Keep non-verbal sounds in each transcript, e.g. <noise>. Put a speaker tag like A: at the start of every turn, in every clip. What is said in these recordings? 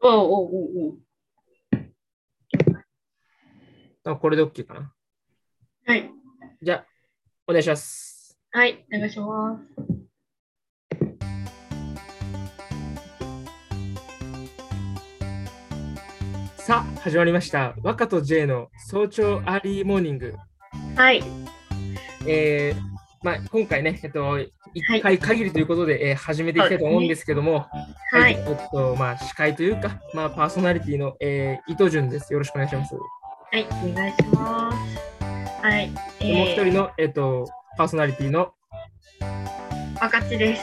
A: ああ、おうおうおう。
B: あこれで OK かな。
A: はい。
B: じゃあ、お願いします。
A: はい、お願いします。
B: さあ、始まりました。若と J の早朝アーリーモーニング。
A: はい。
B: えーまあ、今回ね、えっと、1回限りということで、えー始めていきたいと思うんですけども、
A: はい。
B: えっと、まあ、司会というか、まあ、パーソナリティの、えー伊藤潤です。よろしくお願いします。
A: はい、お願いします。はい。
B: でもう一
A: えー
B: 人の、えっと、パーソナリティの、
A: 赤地です。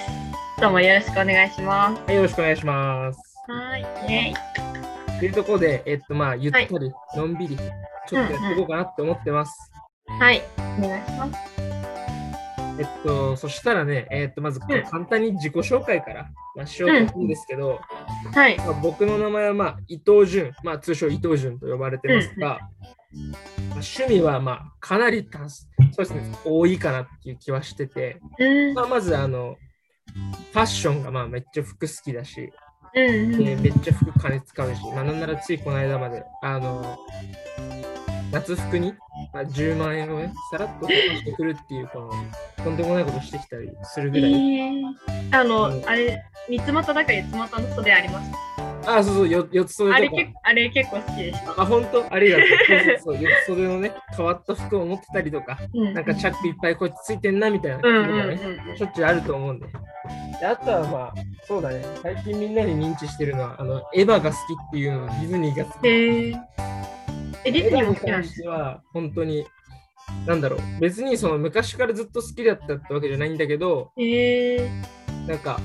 A: どうもよろしくお願いします。
B: はいよろしくお願いします。
A: はい。ね。
B: というところで、えっと、まあ、ゆったり、のんびり、ちょっとやっていこうかなって思ってます。
A: はい。お願いします。
B: えっと、そしたらね、えっと、まず
A: ん
B: 簡単に自己紹介から、まあ、しようと思うんですけど、
A: はい。
B: まあ、僕の名前は、まあ、伊藤潤、まあ、通称伊藤潤と呼ばれてますが、まあ、趣味は、まあ、かなり多すそうです、ね、多いかなっていう気はしてて、
A: うん。うん
B: まあ、まずあのファッションがまあめっちゃ服好きだし、
A: うん。
B: えーめっちゃ服金使うし、まあ、なんならついこの間まであの夏服に、まあ、10万円をねさらっと飛ばしてくるっていうこのとんでもないことしてきたりする
A: え
B: ぐらい、
A: ー、あの、
B: うん
A: あれ、三つ股だから四つ股の袖あります。
B: あそうそうよ四つ袖
A: あれ
B: と
A: け
B: か。
A: あれ結構好きでした。
B: あ本当ありがとう。そうそうそう四つ袖のね、変わった服を持ってたりとか、
A: うん
B: なんかチャックいっぱいこうやってついてんなみたいな、
A: うんうん
B: こと
A: うん
B: がね、しょっちゅうあると思うんで。であとはまあ、そうだね、最近みんなに認知してるのは、あのエヴァが好きっていうの、ディズニーが好
A: え
B: き。
A: ー、え、ディ
B: エ
A: ズ
B: ヴ
A: ニー
B: ァ
A: も
B: に
A: 好きなん
B: 関
A: で
B: し
A: す
B: ては、本当に、なんだろう、別にその昔からずっと好きだったってわけじゃないんだけど、
A: えー、
B: なんか、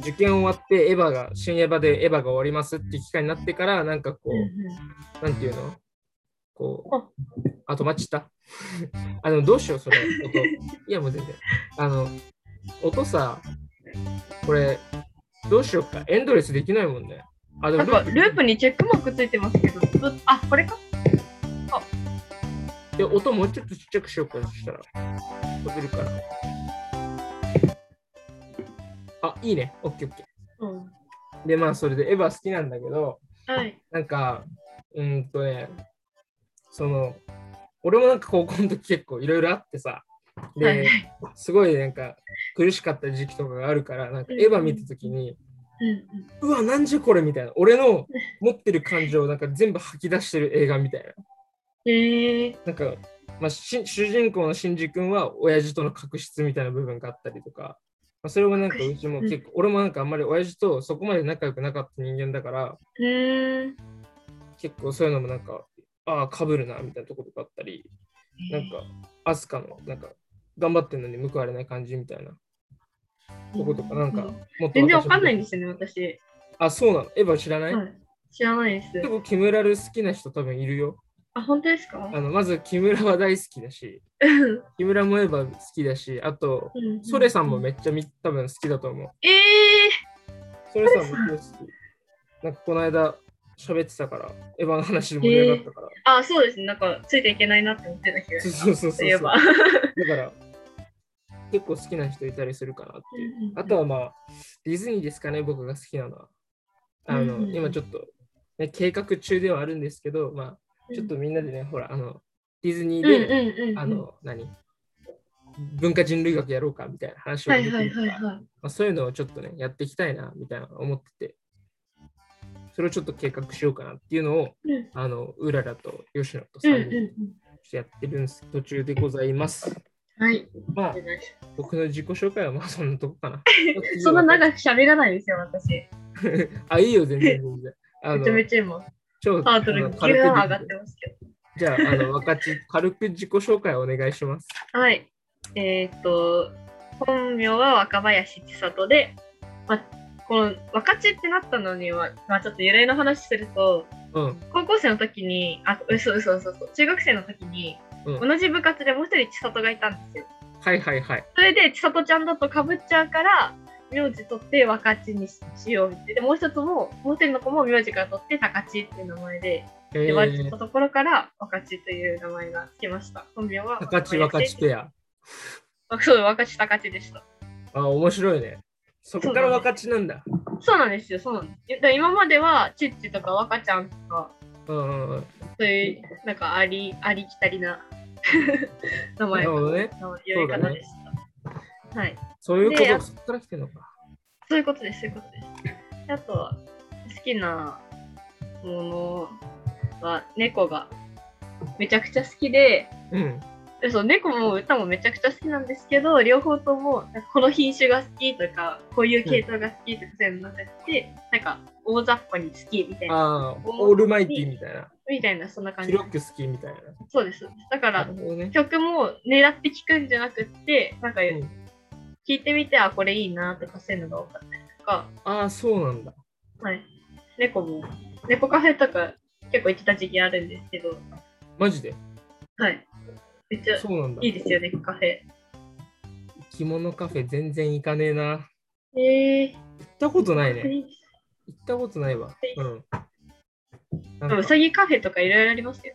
B: 受験終わって、エヴァが、新エヴァでエヴァが終わりますっていう機会になってから、なんかこ
A: う
B: う、
A: ん
B: なんていうのこう、あと待ちった <laughs> あの、どうしよう、それ。音いや、もう全然。あの、音さ、これ、どうしようか。エンドレスできないもんね。あ、で
A: うん、な
B: も
A: んかループにチェックマークついてますけど、どあ、これか
B: で、音もうちょっとちっちゃくしようか、そしたら。飛べるから。あ、いいね。オッケーオッケ
A: うん。
B: ー。で、まあ、それでエヴァ好きなんだけど、
A: はい。
B: なんか、うーんとね、その、俺もなんか高校の時結構いろいろあってさ、で、
A: はい
B: すごいなんか苦しかった時期とかがあるから、なんか
A: うん
B: エヴァ見た時に、
A: うん
B: うわ、なんじゃこれみたいな、俺の持ってる感情をなんか全部吐き出してる映画みたいな。
A: うん。えー、
B: なんか、まあ、し主人公のシンジ君は親父との確執みたいな部分があったりとか、まあ、それもなんかうちも結構、俺もなんかあんまり親父とそこまで仲良くなかった人間だから、
A: うーん。
B: 結構そういうのもなんか、ああ、かぶるなみたいなところがあったり、なんか、アスカの、なんか、頑張ってるのに報われない感じみたいな。とことか、なんか、
A: う
B: も
A: ん
B: っと
A: 全然わかんないん
B: い。
A: ですよね、私。
B: あ、そうなの。エヴァ知らない、
A: はい。知らないです
B: 結。構、キムラル好きな人多分いるよ。
A: あ、本当ですか
B: あの、まず、木村は大好きだし、木村もエヴァ好きだし、あと、ソレさんもめ
A: っち
B: っちゃみ多分好きだと思う。
A: ゃ。え
B: ソレさんも超好き。なんか、この間、喋ってたから、エヴァの話で盛り上がったから。
A: ー、あ、そうですね。なんか、ついていけないなって思ってた気がし
B: そう
A: ます。
B: そうそう
A: そ
B: そうう。
A: いえ
B: だ
A: ば
B: か。ら、結構好きな人いたりするかなっていう。あとはまあ、ディズニーですかね、僕が好きなのは。あの、
A: うんうんうん
B: 今ちょっと、ね、計画中ではあるんですけど、まあ、ちょっとみんなでね、ほら、あの、ディズニー
A: うんうん
B: で、
A: うんうん。
B: あの、何文化人類学やろうかみたいな話を
A: は
B: でき
A: い
B: る
A: はいはい
B: ま
A: はい。
B: あ、そういうのをちょっとね、やっていきたいな、みたいな思ってて、それをちょっと計画しようかなっていうのを、
A: うん
B: あの、うららと吉野と
A: うん
B: 3人で
A: う
B: やってるんです、途中でございます。
A: ん。はい。
B: ま
A: お
B: あ
A: 願、いし
B: 僕の自己紹介はまあそんなとこかな
A: ま。す <laughs> そんな長く喋らないですよ、私。め
B: あ、いいよ、全然全
A: <laughs>
B: 然。あの
A: ちゃ、めちゃ今、
B: 超
A: ハードル
B: あ
A: ギュ
B: の軽く
A: ーン上がってますけ
B: じゃあ、あの、若ち、軽く自己紹介をお願いします。
A: ど。はい。えーっと、本名は若林千里で、ま、この若ちってなったのには、まあ、ちょっと由来の話すると、
B: うん。
A: 高校生の時にあ嘘嘘嘘嘘中学生の時に、
B: うん
A: 同じ部活でもう一人千里がいたんですよ
B: はいはいはい。
A: それで千里ちゃんだとかぶっちゃうから名字取って若ちにしようってでもう一つももう一人の子も名字から取って高ちっていう名前で
B: え
A: 呼ばれて
B: ー
A: た、ところから若ちという名前がつきました本名は
B: 高知若ちペア。
A: そう若ち高ちでした
B: あ、面白いね。そこから若ちなんだ。
A: そうなんですよ、そうなんです。だから今までは、チッチとか若ちゃんとか、
B: うんうんうん。
A: そういう、なんかあり、ありきたりな <laughs> 名
B: な
A: 前
B: るほ
A: の
B: どね。
A: 呼び方でした。はい。
B: そういうこと
A: で
B: か、そこから来てんのか。
A: そういうことです、そういうことです。あとは、好きなものは、猫がめちゃくちゃ好きで、
B: うん。
A: でそう猫も歌もめちゃくちゃ好きなんですけど、両方とも、なんかこの品種が好きとか、こういう系統が好きとか、そういうのなくて、なんか大雑把に好きみたいな、
B: ああ、オールマイティーみたいな。
A: みたいな、そんな感じ。
B: 広く好きみたいな。
A: そうです。そうですだか
B: な
A: ら
B: る、ほどね。
A: 曲も狙って聴くんじゃなくって、なんか
B: う
A: 聴
B: ん
A: いてみて、あ、これいいなとか、そういうのが多かったりとか、
B: ああ、そうなんだ。
A: はい。猫も、猫カフェとか結構行ってた時期あるんですけど、
B: マジで。
A: はい。めっちゃ
B: そうなんだ
A: い。いですよ、猫カフェ。
B: 着物カフェ全然行かねえな。
A: えー、
B: 行ったことないね。
A: ね。
B: 行ったことないわ。うん。な
A: うんう
B: か
A: さぎカフェとかいろいろありますよ。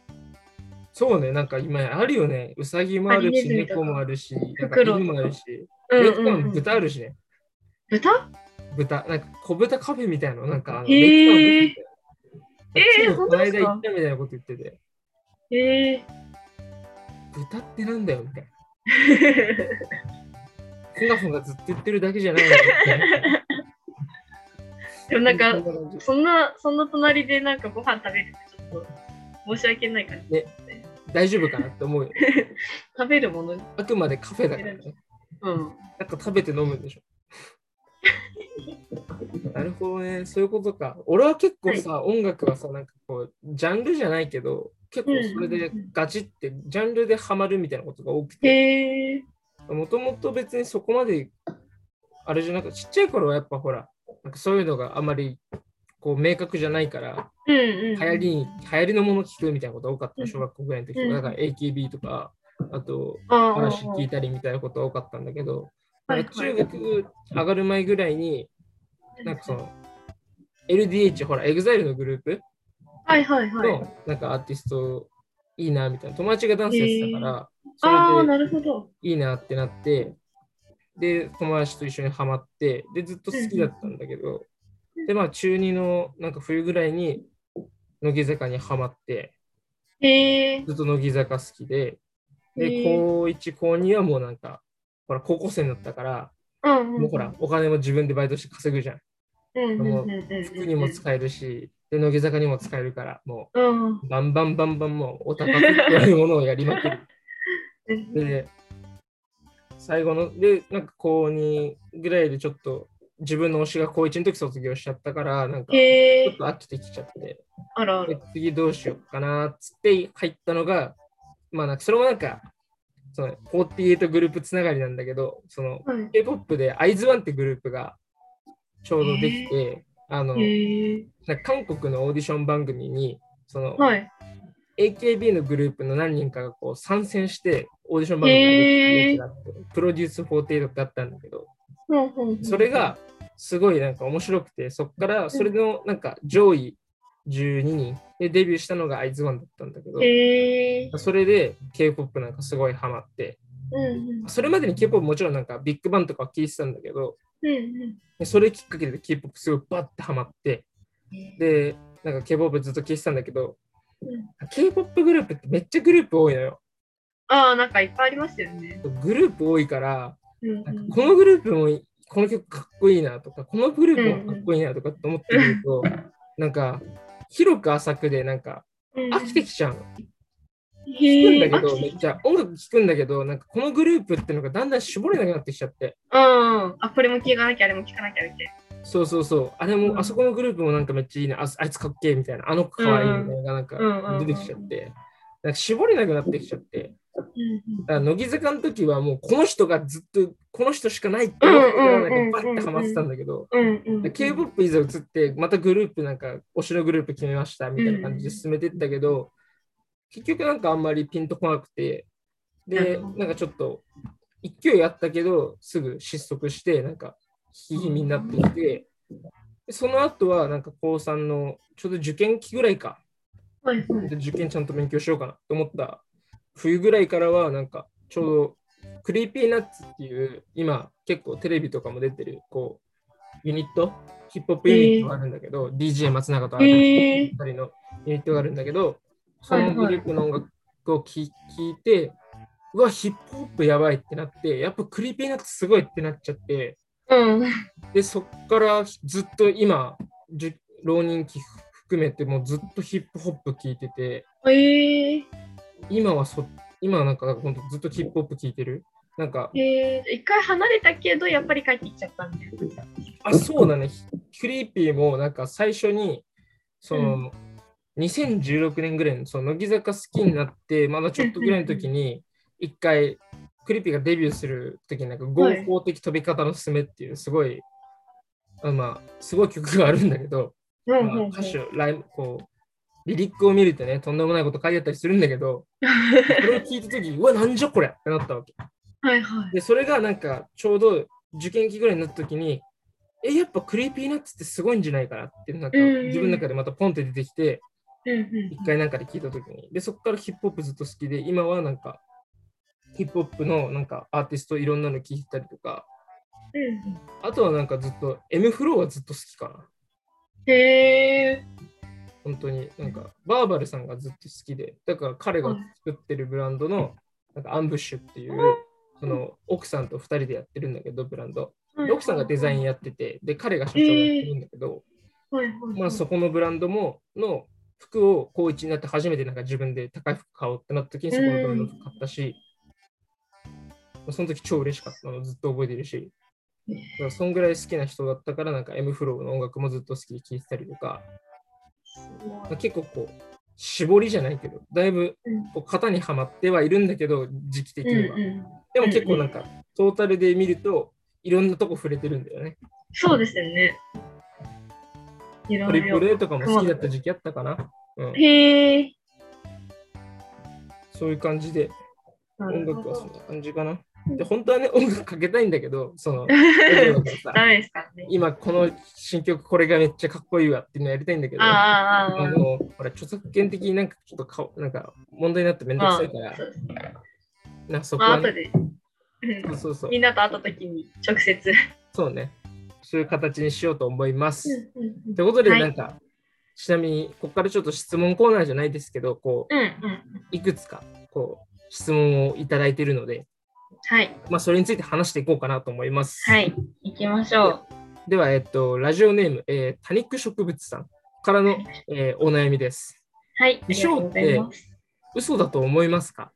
B: そうね、なんか今あるよね。うさぎもある
A: ハリ
B: し、
A: ネズミとか
B: 猫もあるし、なんか
A: フクロウ
B: 犬もあるし、
A: うん
B: えしか
A: うん、う
B: も
A: ん。
B: 豚あるしね。
A: 豚
B: 豚、なんか小豚カフェみたいなの、なんかあの、
A: へー
B: レッ
A: えー
B: ドカ
A: 本
B: フ
A: 当
B: ェみ
A: です
B: たい
A: か
B: なこの間行ったみたいなこと言ってて、
A: え
B: 豚ってなんだよみたいな。
A: ー、
B: ふがふがずっと言ってるだけじゃないのみ
A: <laughs> でもなん
B: たい
A: か、
B: そんな感じ
A: そんな、そんな隣でなんかご飯食べるってちょっと申し訳ないから、
B: 大丈夫かなって思うよ。
A: 食べるもの、うん。
B: あくまでカフェだからね。なんか食べて飲むんでしょ。なるほどね、そういうことか。俺は結構さ、音楽はさ、なんかこう、ジャンルじゃないけど、結構それでガチって、ジャンルでハマるみたいなことが多くて、
A: へえ
B: もともと別にそこまで、あれじゃなくて、ちっちゃい頃はやっぱほら、なんかそういうのがあまりこう明確じゃないから、
A: ー、うんう
B: 流
A: ん。
B: 行りに、流行りのもの聞くみたいなことが多かった、小学校ぐらいの時と
A: うん
B: か、だから AKB とか、あと、
A: あー
B: 話聞いたりみたいなことが多かったんだけど、
A: はい
B: なんか中学上がる前ぐらいに、なんかその LDH、ほら、EXILE のグループ
A: はいはいはい。
B: のなんかアーティストいいなみたいな、友達がダンスやってたから、
A: あ
B: そ
A: あ、
B: れで
A: なるほど。
B: いいなってなって、で、友達と一緒にハマって、で、ずっと好きだったんだけど、で、まあ、中2のなんか冬ぐらいに、乃木坂にハマって、
A: へえ
B: ずっと乃木坂好きで、
A: へ
B: で、
A: え
B: 高1、高2はもうなんか、ほら、高校生になったから、
A: うんうん。
B: もうほら、お金も自分でバイトして稼ぐじゃん。
A: うんうんうんうんうん。
B: 服にも使えるし、で、乃木坂にも使えるから、も
A: うん。
B: う、バンバンバンバンもう、お高くってやるものをやり
A: <laughs>
B: まくる。で、最後の、で、なんか高2ぐらいでちょっと、自分の推しが高1の時卒業しちゃったから、なんか、ち
A: へ
B: ょっ
A: え
B: と飽きてきちゃって、
A: あらあ
B: で
A: ら。
B: 次どうしようかな、つって入ったのが、まあなんか、それもなんか、その48グループつながりなんだけど、その、
A: はい。
B: K-POP で IZONE ってグループがちょうどできて、あの、
A: へえ
B: なんか韓国のオーディション番組に、その、
A: はい。
B: AKB のグループの何人かがこう参戦して、オーディション番組に出てるやつがあって、プロデュース48だったんだけど、
A: ほうほうほう
B: それ、がすごいなんか面白くて、そっからそれのなんか上位12人でデビューしたのが IZONE だったんだけど、
A: へえ
B: それで K-POP なんかすごいハマって、
A: うんうん
B: それまでに K-POP もちろんなんかビッグバンとかは聞いてたんだけど、
A: うんうん
B: でそれきっかけで K-POP すごいバッてハマって、で、なんか K-POP ずっと聴いてたんだけど、
A: うん
B: K-POP グループってめっちゃグループ多いのよ。
A: ああ、なんかいっぱいありますよね。
B: グループ多いから、
A: うんうん
B: なんかこのグループもいこの曲かっこいいなとか、このグループもかっこいいなとかって思ってると、なんか広く浅くでなんか
A: うん
B: 飽きてきちゃうの。聴くん
A: へえ
B: だけ
A: 飽
B: ど、
A: き
B: め
A: て
B: っちゃ音楽聴くんだけど、なんかこのグループってのがだんだん絞れなくなってきちゃって。
A: うん。あ、これも聞かなきゃ、あれも聞かなきゃみたい
B: そうそうそう。あれも、
A: うん
B: あそこのグループもなんかめっちゃいいな。ああいつかっけえみたいな。あの子かわいいみたいな。なんか
A: うんうんうん
B: 出てきちゃって。なんか絞れなくなってきちゃって。だから乃木坂の時はもうこの人がずっとこの人しかないって思ってたらなんかバッてハマってたんだけど。
A: な。うんうんうん。
B: K-POP いざ移ってまたグループなんか推しのグループ決めましたみたいな感じで進めてったけど、結局なんかあんまりピンとこなくてで
A: うん
B: なんかちょっと勢いあったけどすぐ失速してなんか引き気味になってきてでその後はなんか高3のちょうど受験期ぐらいか
A: はいはい。
B: で受験ちゃんと勉強しようかなと思った冬ぐらいからはなんかちょうどクリーピーナッツっていう今結構テレビとかも出てるこうユニット、ヒップホップユニットがあるんだけど、DJ 松永とある
A: へ
B: 2
A: え
B: 人のユニットがあるんだけど、そのグループの音楽を聴い聞いて、うわ、ヒップホップやばいってなって、やっぱクリーピーナッツすごいってなっちゃって、
A: うん。
B: で、そっからずっと今、じゅ浪人期含めて、もうずっとヒップホップ聴いてて、
A: ええ
B: 今はそ、今はなんか、ほんとずっとヒップホップ聴いてる。なんか、
A: ええ一回離れたけど、やっぱり帰ってきちゃったみたいな。
B: あ、そうだね。クリーピーも、なんか最初に、その、
A: う
B: 2016年ぐらいの、その乃木坂好きになって、まだちょっとぐらいの時に、一回、クリーピーがデビューする時に、なんか合法的飛び方のすめっていう、すごい、あまあ、すごい曲があるんだけど、
A: うん
B: まあ
A: うんうん。
B: 歌詞をライブ、こう、リリックを見るとね、とんでもないこと書いてあったりするんだけど、それを聞いた時に、うわ、なんじゃこれってなったわけ。
A: はいはい。
B: で、それがなんか、ちょうど受験期ぐらいになった時に、え、やっぱクリーピーナッツってすごいんじゃないかなって、なんか
A: うんうん
B: 自分の中でまたポンって出てきて、
A: うん
B: 一回なんかで聞いた時に。で、そこからヒップホップずっと好きで、今はなんか、ヒップホップのなんかアーティストいろんなの聞いたりとか、
A: うん。うんうん。
B: あとはなんかずっと、M フローはずっと好きかな。
A: へえ
B: 本当になんか、バーバルさんがずっと好きで、だから彼が作ってるブランドの、なんかアンブッシュっていう、その奥さんと二人でやってるんだけど、ブランド。で奥さんがデザイン
A: や。
B: やってて、で、彼が社長をやってるんだけど、
A: はいはい。
B: まあそこのブランドも、の服を高一になって初めてなんか自分で高い服買おうってなった時にそこのブランドの服買ったし、まあその時超嬉しかったのずっと覚えてるし、だからそんぐらい好きな人だったからなんか M フローの音楽もずっと好きで聴いてたりとか、まあ、結構こう、絞りじゃないけど、だいぶこう型にはまってはいるんだけど、時期的
A: うん
B: には。
A: うん。
B: でも結構なんか、トータルで見ると、いろんなとこ触れてるんだよね。
A: そうですよね。いろ
B: ト
A: い
B: リプ
A: ろ。
B: ル A とかも好きだった時期あったかな。うん、
A: へえ。
B: そういう感じで、
A: な
B: 音
A: るほ
B: 楽はそ
A: ど
B: んな感じかな。で、本当はね、音楽かけたいんだけど、
A: <laughs>
B: その、
A: ダ
B: さ
A: メですからね。
B: 今この新曲これがめっちゃかっこいいわっていうのやりたいんだけど、あ
A: ああああああ。
B: の、ほら、著作権的になんかちょっとかなんか問題になってめんどくさいから、
A: そうですね
B: なんかそこ
A: まあ
B: は、
A: 後
B: ね、
A: で。
B: そうそうそう
A: み、んなと会った時に直接。
B: そうね、そういう形にしようと思います。
A: うんうん
B: ってことで、
A: はい
B: なんか、ちなみに、ここからちょっと質問コーナーじゃないですけど、こう、
A: うんうん。
B: いくつか、こう、質問をいただいているので、
A: はい。
B: まあ、それについて話していこうかなと思います。
A: はい。行きましょ
B: では、えっと、ラジオネーム、えー多肉植物さんからの、えーお悩みです。
A: う。はい。ありがとうございます。
B: 嘘だと思いますか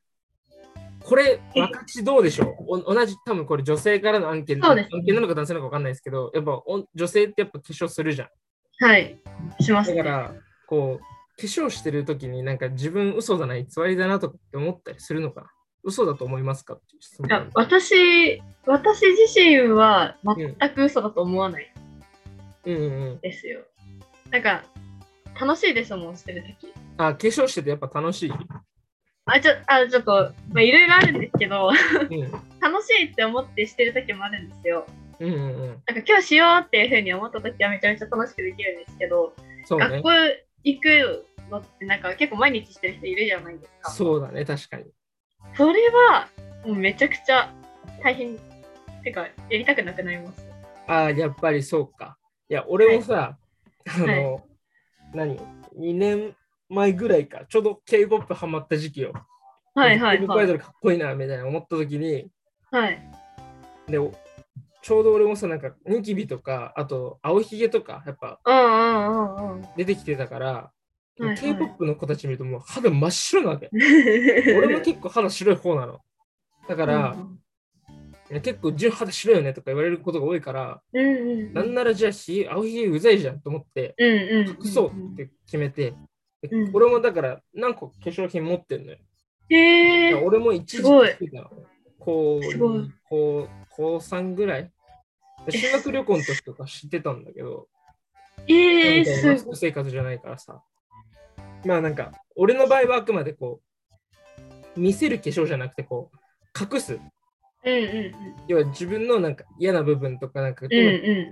B: これ、私どうでしょうお同じ、多分これ女性からの案件
A: そうですね
B: 案件なのか男性なのか分かんないですけど、やっぱお女性ってやっぱ化粧するじゃん。
A: はい。します
B: だ
A: ね。
B: から、こう、化粧してる時になんか自分嘘だな、偽りだなとかって思ったりするのか嘘だと思いますかっていう質問
A: いや私、私自身は全く嘘だと思わない
B: うんうんうん。
A: ですよ。なんか、楽しいですもん、してる時
B: あ、化粧しててやっぱ楽しい。う
A: あ、ちょ、あ、ちょっと、まあ、いろいろあるんですけど、 <laughs>
B: ん。
A: 楽しいって思ってしてる時もあるんですよ。
B: うんうんうん。
A: なんか今日しようっていうふうに思った時はめちゃめちゃ楽しくできるんですけど、
B: そうね
A: 学。校行くのってなんか結構毎日してる人いるじゃないですか。
B: そうだね、確かに。
A: それはもうめちゃくちゃ大変てかやりたくなくなります。
B: ああ、やっぱりそうか。いや、俺もさ、あ
A: はい
B: の、何 ?2 年前ぐらいか、ちょうど K-POP ハマった時期よ。
A: はいはい
B: 僕ア
A: は
B: イド
A: い。
B: ルかっこいいな、みたいな思った時に、
A: はい、
B: で、おちょうど俺もさ、なんか、ニキビとか、あと、青ひげとか、やっぱ
A: うんうんうんうん。
B: 出てきてたから、
A: はいはい
B: K-POP の子たち見るともう肌真っ白
A: <laughs>
B: なわけ。 <laughs> 俺も結構肌白い方なの。だから、いや結構純肌白いよねとか言われることが多いから、
A: うんうん。
B: なんならじゃあひ、青ひげうざいじゃんと思って、
A: うんうんうん。
B: 隠そうって決めて、で
A: うん
B: 俺もだから何個化粧品持ってんのよ。
A: へえ。
B: 俺も一時
A: すごい
B: つけたの。こ、
A: すごいう
B: こう、高3ぐらい。で修学旅行の時とか知ってたんだけど、
A: ええ
B: みたいなマ
A: す
B: ス
A: ご
B: ク
A: い。
B: 生活じゃないからさ。まあなんか、俺の場合はあくまでこう、見せる化粧じゃなくてこう、隠す。
A: うんうん
B: 要は自分のなんか嫌な部分とか、なんか、
A: うん。う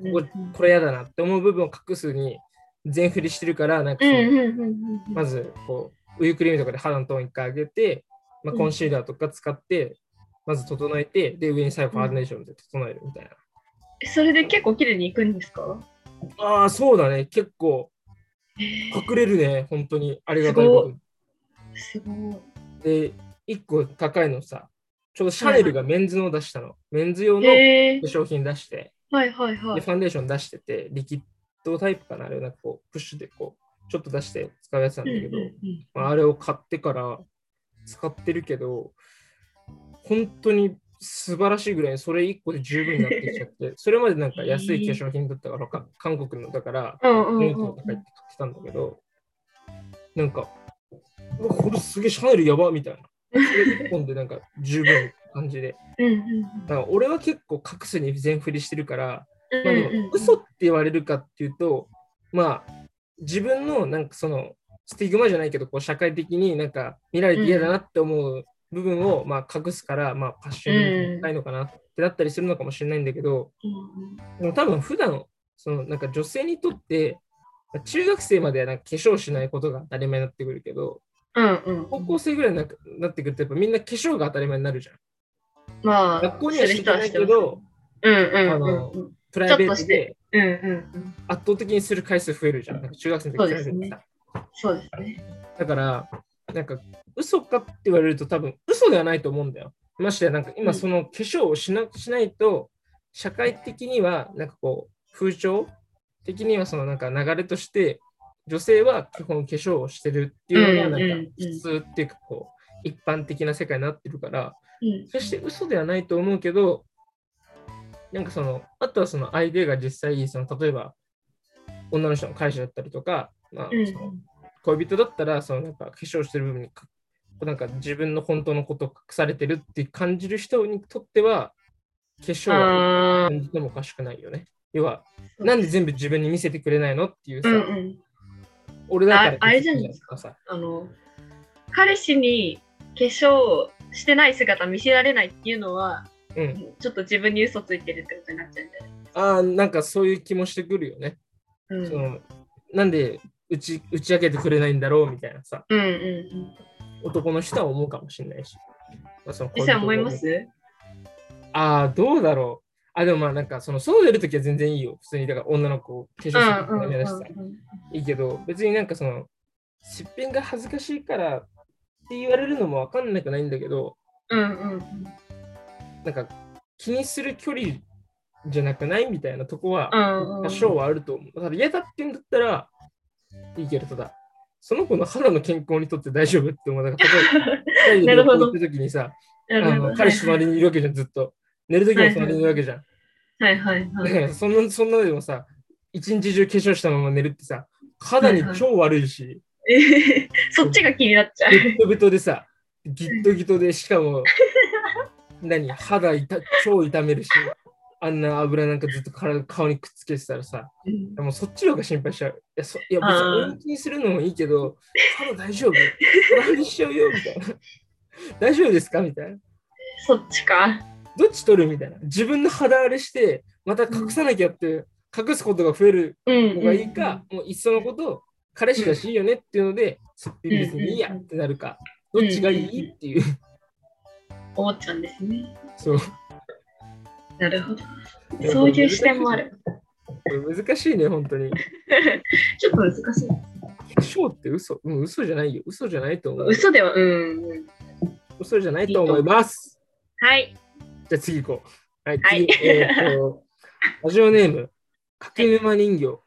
A: んうんう
B: こ
A: ん。
B: ここれ嫌だなって思う部分を隠すに全振りしてるから、なんか
A: う
B: そ
A: ん
B: の、
A: うんうんうんうん。
B: まずこう、ウィークリームとかで肌のトーン一回上げて、まあ、
A: うん
B: コンシーラーとか使って、まず整えて、で、上に最後ファンデーションで整えるみたいな。
A: それで結構綺麗に行くんですか
B: ああ、そうだね。結構隠れるね。本当に。ありがたいこ
A: すごい。
B: とに。で、1個高いのさ、ちょうどシャネルがメンズのを出したの。メンズ用の化
A: えー、
B: 粧品出して、
A: はいはいは
B: で、
A: い。
B: ファンデーション出してて、リキッドタイプかな。あれをなんかこう、プッシュでこう、ちょっと出して使うやつなんだけど、まあ、あれを買ってから使ってるけど、本当に素晴らしいぐらい、それ1個で十分になってきち
A: <laughs>
B: ゃって、それまでなんか安い化粧品だったから、か韓国のだから、
A: うんうんうん
B: 日本の高いって買ってたんだけど、なんか、うわこれすげえシャネルやばみたいな。それ1本でなんか十分って感じで。
A: うんうん
B: だから俺は結構隠すに全振りしてるから、
A: うん
B: まあ、
A: う
B: で
A: んうん
B: も嘘って言われるかっていうと、まあ自分のなんかそのスティグマじゃないけどこう社会的になんか見られて嫌だなって思う部分をまあ隠すから、まあパッションにないのかなってなったりするのかもしれないんだけど、
A: うん
B: でも多分普段そのなんか女性にとってまあ中学生まではなんか化粧しないことが当たり前になってくるけど
A: うんうん
B: 高校生ぐらいにななってくるとやっぱみんな化粧が当たり前になるじゃん。
A: まあ、
B: 学校には
A: する
B: して
A: 人
B: ない
A: して
B: け
A: ます
B: ど
A: うんうん
B: あ
A: うん
B: の
A: うん
B: プライベ
A: ちょ
B: ー
A: っと
B: ト
A: し
B: で
A: てうんうんうん。
B: 圧倒的にする回数増えるじゃん。なんか中学生の時
A: そうですね
B: 比べてさ
A: そうですね。
B: だから、なんか、嘘かって言われると多分、嘘ではないと思うんだよ。ましてや、なんか
A: う
B: 今
A: ん
B: その化粧をしなしないと、社会的には、なんかこう、風潮的には、そのなんか流れとして、女性は基本化粧をしてるっていうのが、
A: うん
B: なんか
A: うんうん
B: 普通っていうか、こう、一般的な世界になってるから、
A: うん
B: 決して嘘ではないと思うけど、なんかその、あとはその相手が実際、その例えば、女の人の会社だったりとか、まあ、
A: うん
B: その恋人だったらそのなんか化粧してる部分にかなんか自分の本当のことを隠されてるって感じる人にとっては化粧は
A: あ
B: 感じてもおかしくないよね。要は
A: ー
B: なんで全部自分に見せてくれないのっていうさ、
A: うんうん。
B: 俺だから
A: ああれじゃないです
B: かさ。
A: あの、彼氏に化粧してない姿見せられないっていうのは、
B: うん、
A: ちょっと自分に嘘ついてるってことになっちゃうんだよね。
B: あーなんかそういう気もしてくるよね。
A: うん
B: そのなんで打ち打ち明けてくれないんだろうみたいなさ
A: うんうんうん。男
B: 男の人は思うかもしれないし。まあ、その
A: 実際思います
B: ああ、どうだろう。あ、でもまあなんかその外出るときは全然いいよ。普通にだから女の子を化
A: う
B: 粧する
A: ん
B: の
A: う
B: も
A: ん
B: ダ
A: うん
B: メ
A: う
B: だしさ。
A: ん。
B: いいけど、別になんかその、すっぴんが恥ずかしいからって言われるのもわかんなくないんだけど、
A: うんうんうん。
B: なんか気にする距離じゃなくないみたいなとこは
A: うんうん
B: 多少はあると思う。ただ嫌だって言うんだったらいいけど、ただ、その子の肌の健康にとって大丈夫って思う。だから例えば、
A: なるほど
B: 二人で旅行行った時にさ、
A: な
B: あ
A: るほ
B: の
A: ど
B: 彼氏隣にいるわけじゃん、ずっと。寝る時も隣にいるわけじゃん。
A: はいはいは
B: だ
A: い <laughs>
B: か。らそんな、そんなでもさ、一日中化粧したまま寝るってさ、肌に超悪いし、
A: えーそっちが気になっちゃう。
B: ベッドベトでさ、ギットギトで、しかも、何、肌痛超痛めるし、あんな油なんかずっと体顔にくっつけてたらさ、
A: うん
B: もうそっちの方が心配しちゃう。いや、そいや別
A: あー
B: に俺に気にするのもいいけど、肌大丈夫これにしちゃうよ、みたいな。大丈夫ですかみたいな。
A: そっちか。
B: どっち取るみたいな。自分の肌荒れして、また隠さなきゃって、隠すことが増える
A: うんうん
B: のがいいか、もういっそのこと、彼氏だしいいよねっていうので、すっぴん別にいいやってなるか、
A: う
B: ど
A: ん
B: っちがいいっていう、
A: 思っちゃうんですね。
B: そう。
A: なるほど。そういう視点もあ <laughs> る。
B: これ難しいね、本当に。化
A: ちょっと難しい。
B: 粧って嘘、うん、嘘じゃないよ。嘘じゃないと思う。
A: 嘘では、うんうん。
B: 嘘じゃないと思います。
A: はい。
B: じゃあ次行こう。はい、
A: はい
B: 次、えーっ
A: <laughs>
B: と、ラジオネーム、柿沼人形。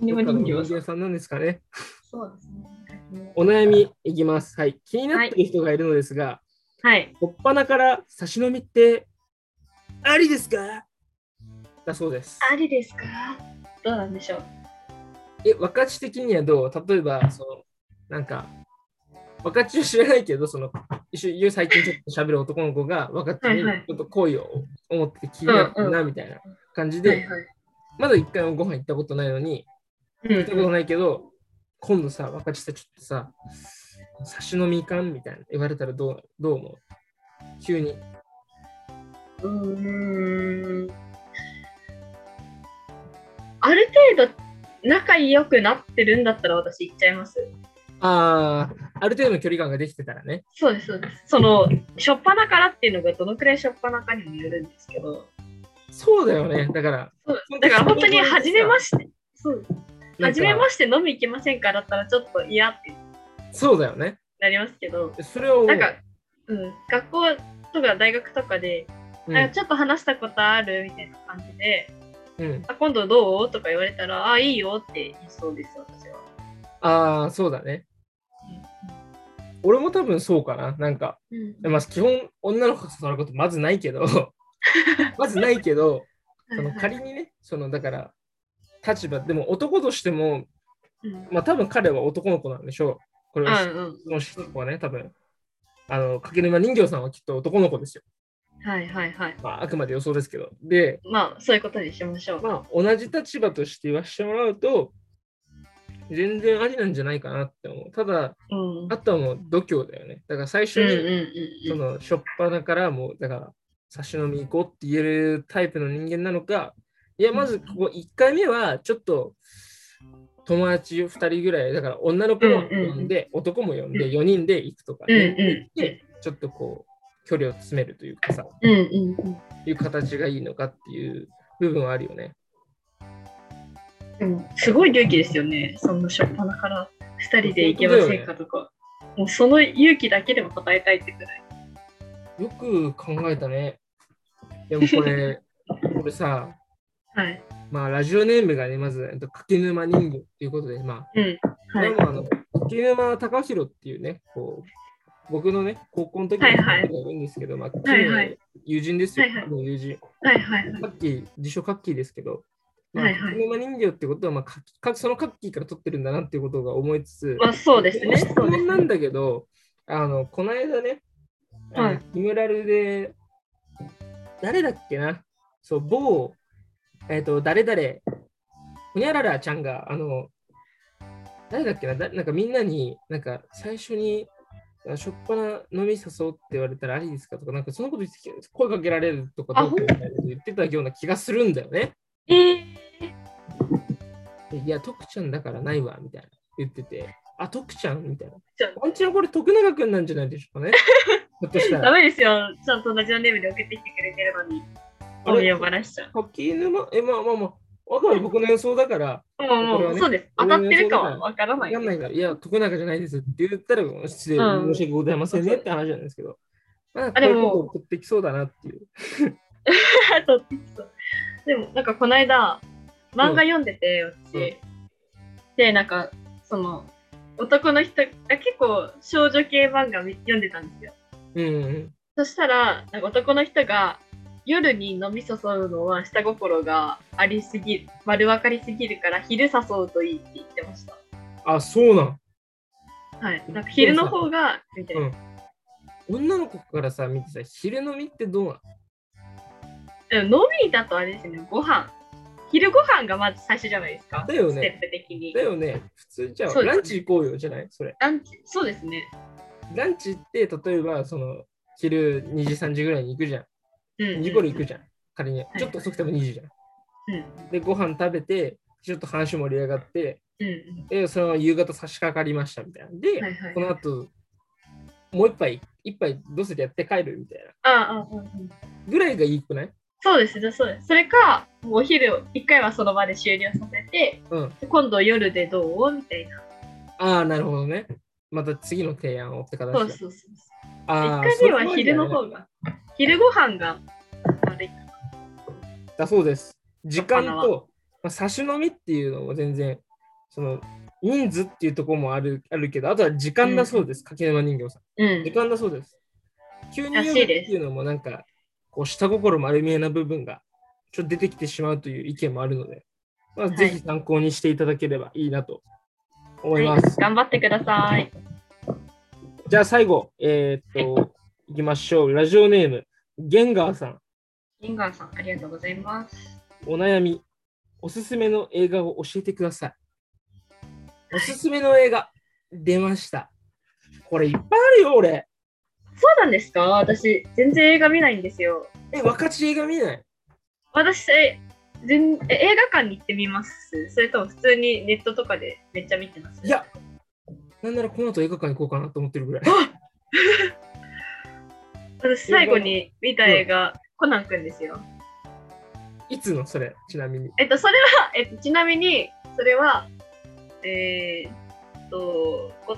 A: でも人
B: ど
A: 形
B: っかの人形さんなんですかね。
A: そうですね。
B: お悩みいきます。はい。気になっている人がいるのですが、
A: はい。
B: おっぱなから差し飲みってありですかだそうです。
A: ありですかどうなんでしょう
B: え、若ち的にはどう例えば、その、なんか、若ちを知らないけど、その、一緒に最近ちょっと喋る男の子が若ちに
A: はいはい
B: ちょっと好意を思って気になってる
A: うん
B: な、みたいな感じ
A: はい
B: で、
A: はい。
B: まだ一回もご飯行ったことないの
A: う
B: に、
A: ん
B: 行ったことないけど、今度さ、若ちさ、ちょっとさ、差し飲みいかんみたいな言われたらどうどう思う急に。
A: うん。うーん。ある程度、仲良くなってるんだったら私行っちゃいます。
B: ああ、ある程度の距離感ができてたらね。
A: そうです、そうです。その、しょっぱなからっていうのがどのくらいしょっぱなかにもよるんですけど、
B: そうだよね。だから、
A: そうだから本当に初めまして。そう。
B: なん
A: 初め
B: か
A: まして飲み行きませんかだったらちょっと嫌って
B: そうだよね。
A: なりますけど、
B: それを思
A: な
B: うん
A: か、うん、学校とか大学とかで、
B: う
A: なん
B: ん
A: かちょっと話したことあるみたいな感じで、
B: うん、
A: あ今度どうとか言われたら、あ、いいよって言いそうです、私は。
B: ああ、そうだね。俺も多分そうかな。なんか、
A: うん。
B: まあ、基本、女の子と誘うことまずないけ
A: <laughs>
B: ど、まずないけど、その
A: はい
B: 仮にね、そのだから、立場、でも男としても、
A: うん
B: まあ多分彼は男の子なんでしょう。これ
A: う
B: は
A: んうん
B: 質問してる子はね、多分。あの、柿沼人形さんはきっと男の子ですよ。
A: はいはいはい。
B: まあ、あくまで予想ですけど。で、
A: まあ、そういうことにしましょう。
B: まあ、同じ立場として言わせてもらうと、全然ありなんじゃないかなって思う。ただ、
A: うん。うん
B: あとはもう度胸だよね。だから最初
A: うん
B: に、
A: うん
B: そ
A: うん。
B: の、初っ端からもう、だから、差し飲み行こうって言えるタイプの人間なのか、いや、まずここ1回目は、ちょっと、友達2人ぐらい、だから女の子も呼んで、男も呼んで、4人で行くとか
A: うん
B: ね、
A: うんうん
B: で、ちょっとこう、距離を詰めるというかさ、
A: うんうんうん
B: いう形がいいのかっていう部分はあるよね。
A: でもすごい勇気ですよね、その初っ端から2人で行けませんかとか。もうその勇気だけでも答えたいってくらい。
B: よく考えたね。でもこれ、 <laughs> これさ、
A: はい。
B: まあ、ラジオネームがね、まず、えっと柿沼人形ということで、まあ、
A: うん。は
B: で
A: い。
B: もあの柿沼隆弘っていうね、こう僕のね、高校の時の
A: はい
B: 人
A: はい
B: がいるんですけど、まあ、
A: は
B: 柿
A: い
B: 沼
A: は
B: の
A: い
B: 友人ですよ、
A: はいはい
B: 僕の友人。
A: はいはいはい。
B: カッキー、自称カッキーですけど、まあ
A: はいはい
B: 柿沼人形ってことは、まあカッキーカッ、そのカッキーから取ってるんだなっていうことが思いつつ、
A: まあそうですね。
B: 質
A: そうです
B: 問な
A: ね。
B: んだけど、あの、この間ね、あの
A: はい
B: リムラルで、誰だっけな、そう、某、えっ、と、誰々、ほにゃららちゃんが、あの、誰だっけな、だなんかみんなに、なんか最初に、あしょっぱな飲み誘うって言われたらありですかとか、なんかそのこと言ってき声かけられるとか
A: あ
B: どうかみたいなこと言ってたような気がするんだよね。
A: えー
B: でいや、徳ちゃんだからないわ、みたいな言ってて、あ、徳ちゃんみたいな。
A: ちょ
B: ワンチャンこれ徳永くんなんじゃないでし
A: <laughs>
B: ょうかね。ひょっとした
A: ダ
B: ら。
A: メですよ。ちゃんとラジオネームで送ってきてくれてるのに、
B: あ
A: 本名
B: れ
A: をばらしちゃう。
B: 柿沼え、まあまあまあ、あくまで僕の予想だから、
A: もう
B: これ
A: も
B: は
A: う、
B: ね
A: そうです。当たってるかはわから
B: わ
A: ない。
B: かんないから、いや、徳永じゃないですって言ったら、失礼、
A: うん
B: 申し訳ございませんねって話なんですけど、まあ、こ
A: あ
B: う
A: で
B: いう
A: も
B: ことを送ってきそうだなっていう。
A: <laughs> あとでもなんかこの間漫画読んでて私、
B: うん
A: でなんかその男の人が結構少女系漫画読んでたんですよ
B: うんうん。
A: そしたらなんか男の人が夜に飲み誘うのは下心がありすぎる丸分かりすぎるから昼誘うといいって言ってました
B: あ、そうなん。
A: はいなんか昼の方がみたいな、
B: うん女の子からさ、見てさ、昼飲みってどうなの
A: でも飲みだとあれですよねご飯昼ご飯がまず最初じゃないですか
B: だよ
A: ステ
B: ね。
A: ップ的に
B: だよね。普通じゃ
A: そ
B: あ、
A: うです
B: ランチ行こうよじゃないそれ。
A: ランチそうですね
B: ランチって、例えば、その、昼2時、3時ぐらいに行くじゃん。
A: うん
B: 2時頃行くじゃん。仮に。ちょっと遅くても2時じゃん。
A: うんうん
B: で、ご飯食べて、ちょっと話盛り上がって、
A: うん
B: で、その夕方差し掛かりましたみたいな。で、
A: はいはい
B: この後、もう一杯、一杯どうせやって帰るみたいな。
A: ああ、うんうん
B: ぐらいがいいくない
A: そうですね、そうです。それか、もうお昼、一回はその場で終了させて、
B: うん。
A: 今度夜でどうみたいな。
B: ああ、なるほどね。また次の提案をって形だ。
A: そうそうそうそう。
B: あ
A: 一
B: あ
A: 回目は昼の
B: それもあり
A: 方が、昼ご飯が、あれ
B: だねだそうです。時間
A: 魚
B: と、まあ、差し飲みっていうのも全然、その、人数っていうところもあるあるけど、あとは時間だそうです。柿沼人形さん。
A: う
B: 時
A: ん。
B: 間だそうです。急に
A: らし
B: 夜
A: い
B: って
A: です
B: いうのもなんか、こう下心丸見えな部分がちょっと出てきてしまうという意見もあるので、まあ、
A: はい
B: ぜひ参考にしていただければいいなと思います。
A: 頑張ってください。
B: じゃあ最後、えーっと、いきましょう。ラジオネーム、ゲンガーさん、
A: インガンさん、ありがとうございます。
B: お悩み、おすすめの映画を教えてください。おすすめの映画、出ました。これいっぱいあるよ、俺。
A: そうなんですか私、全然映画見ないんですよ。
B: え、若ち映画見ない
A: 私、え全え映画館に行ってみますそれとも普通にネットとかでめっちゃ見てます
B: いや、なんならこの後映画館行こうかなと思ってるぐらい。
A: 私最後に見た映画、コナンくんですよ。
B: いつのそれ、ちなみに。
A: えっと、それは、えっと、ちなみに、それは、えーっと、こ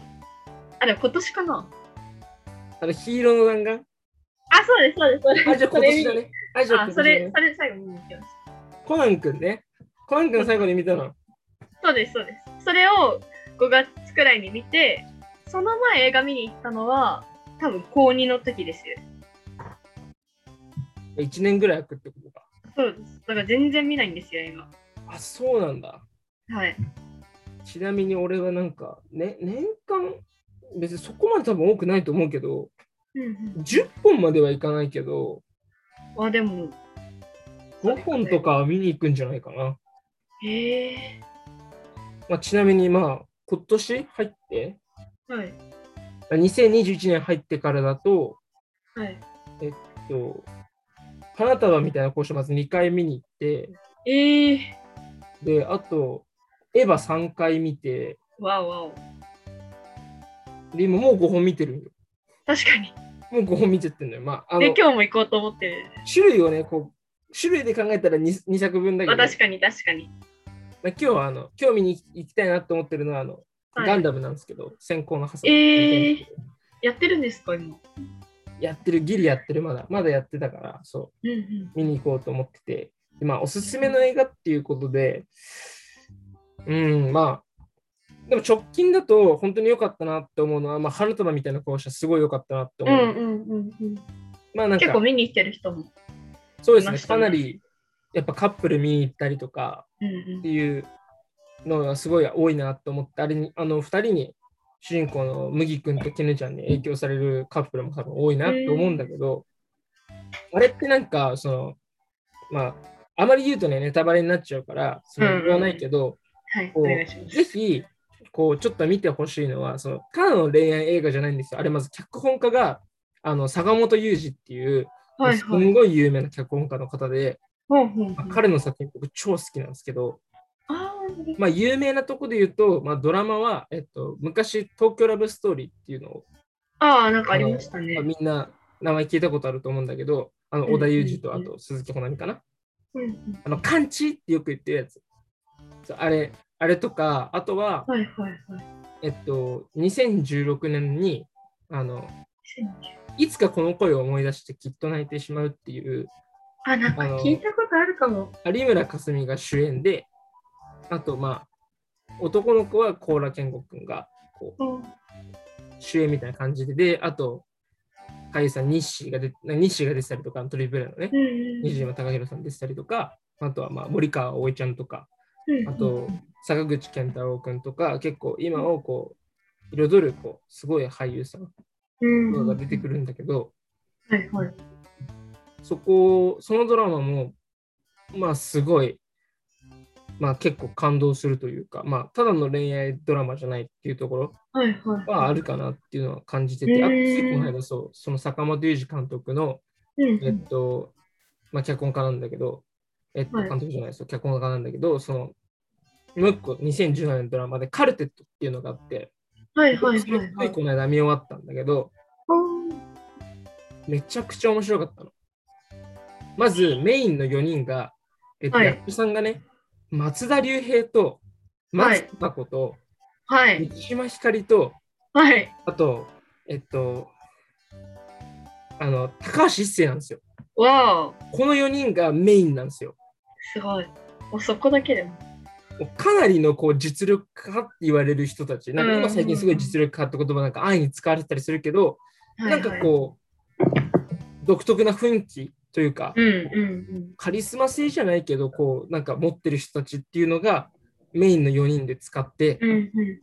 A: あ、でも今年かな。
B: あの、ヒーローの弾丸
A: あ、そうです、そうです、そうです。
B: あ、じゃあ今年だね。あ、
A: そ
B: じ
A: れ
B: ゃ
A: 見に。
B: あ
A: あ、そ
B: 今年だ
A: れ
B: ね、。
A: それ最後見に行きました。
B: コナンくんね。コナンくん最後に見たの。
A: そうです、そうです。それを5月くらいに見て、その前映画見に行ったのは、多分高2の時ですよ。
B: 1年ぐらい空くってことか。
A: そうです。だから全然見ないんですよ、今。
B: あ、そうなんだ。
A: はい。
B: ちなみに俺はなんか、ね、年間、別にそこまで多分多くないと思うけど、
A: うん
B: 10本まではいかないけど、
A: うん、あ、でも、
B: 5本とかは見に行くんじゃないかな。
A: へえ
B: まあ、ちなみにまあ、今年入って、
A: はい。
B: あ2021年入ってからだと、
A: はい。
B: えっと、花束みたいな校舎まず2回見に行って、
A: ええ
B: で、あと、エヴァ3回見て、
A: わおわお。
B: で、今もう5本見てるんよ。
A: 確かに。
B: もう5本見ちゃってるのよ。まあ、あ
A: で、
B: の、
A: 今日も行こうと思ってる。
B: 種類をね、こう、種類で考えたら 2, 2作分だけ
A: あ、
B: ど、
A: 確かに、確かに。
B: まあ今日はあの、興味に行きたいなと思ってるのは、あの、
A: はい
B: ガンダムなんですけど、先行のハサミ
A: ええやってるんですか、今。
B: やってる、ギリやってる、まだ、まだやってたから、そ
A: うんうん。
B: う、見に行こうと思ってて、でまあ、おすすめの映画っていうことで、うん、まあ、でも直近だと本当に良かったなって思うのは、まあ、春束みたいな校舎すごい良かったなって
A: う
B: 思う。
A: んうんうんうん。
B: まあなん
A: 結
B: か
A: 構、見に行ってる人も。
B: そうです
A: 見ま
B: ね、
A: した
B: か
A: ね
B: なり、やっぱカップル見に行ったりとか
A: うんう
B: っ
A: ん
B: て。いうのがすごい多いなって思って、あれに、あの、2人に、主人公の麦君と絹ちゃんに影響されるカップルも多分多いなって思うんだけど、あれってなんか、その、まあ、あまり言うとね、ネタバレになっちゃうから、そ
A: うんう
B: の
A: ん
B: 言わないけど、
A: はい、
B: こ
A: お
B: う
A: 願いします。
B: ぜひ、こう、ちょっと見てほしいのは、その、ただの恋愛映画じゃないんですよ。あれ、まず脚本家が、あの、坂本雄二っていう、
A: はい
B: す
A: はい。
B: んごい有名な脚本家の方で、
A: ほうほうほう
B: まあ彼の作品僕超好きなんですけど、
A: あー
B: まあ、有名なとこで言うと、まあ、ドラマは、えっと、昔、東京ラブストーリーっていうのを、
A: あー、なんかありましたね
B: まあ。みんな名前聞いたことあると思うんだけど、あの、
A: うん
B: 小田裕二と、
A: うん
B: あ
A: うん
B: と、鈴木保奈美かな。
A: うんうん
B: あの、カンチってよく言ってるやつ。そうあれ、あれとか、あとは、
A: はいはいはい。
B: えっと、2016年に、あの、いつかこの声を思い出してきっと泣いてしまうっていう、
A: あ、なんか聞いたことあるかも。
B: 有村架純が主演で、あと、まあ、男の子は高良健吾くんが、こう、
A: うん
B: 主演みたいな感じで、で、あと、俳優さん、日誌が出日誌が出てたりとか、トリプルのね、
A: うん
B: 西島貴博さん出てたりとか、あとは、まあ、森川葵ちゃんとか、
A: うん
B: あと、坂口健太郎くんとか、結構今をこう、彩る、こう、すごい俳優さん
A: うん
B: が出てくるんだけど、
A: はいはい。
B: そこ、そのドラマも、まあ、すごい、まあ、結構感動するというか、まあ、ただの恋愛ドラマじゃないっていうところ
A: はいはい。
B: はあるかなっていうのは感じてて、あと
A: うん
B: ついこの間そう、その坂本龍二監督の、
A: うんう
B: えっ
A: ん
B: と、まあ、脚本家なんだけど、えっと、
A: はい
B: 監督じゃないですよ、脚本家なんだけど、その、もう一個、2017年のドラマで、カルテットっていうのがあって、
A: はいはい
B: それ
A: はい
B: つ
A: はいい。
B: この間見終わったんだけど、
A: うん
B: めちゃくちゃ面白かったの。まず、メインの4人が、えっと、
A: はい
B: 役所さんがね、松田龍平と、松たまこと、
A: はい
B: 三島ひかりと、
A: はい。
B: あと、えっと、あの、高橋一生なんですよ。
A: わお、
B: この4人がメインなんですよ。
A: すごい。もうそこだけでも。
B: もうかなりのこう実力家って言われる人たち。なんか今最近すごい実力家って言葉なんか安易に使われてたりするけど、
A: はい
B: な
A: は
B: ん
A: い
B: かこう、独特な雰囲気というか、
A: うんうん
B: カリスマ性じゃないけど、こう、なんか持ってる人たちっていうのがメインの4人で使って、
A: うん。うん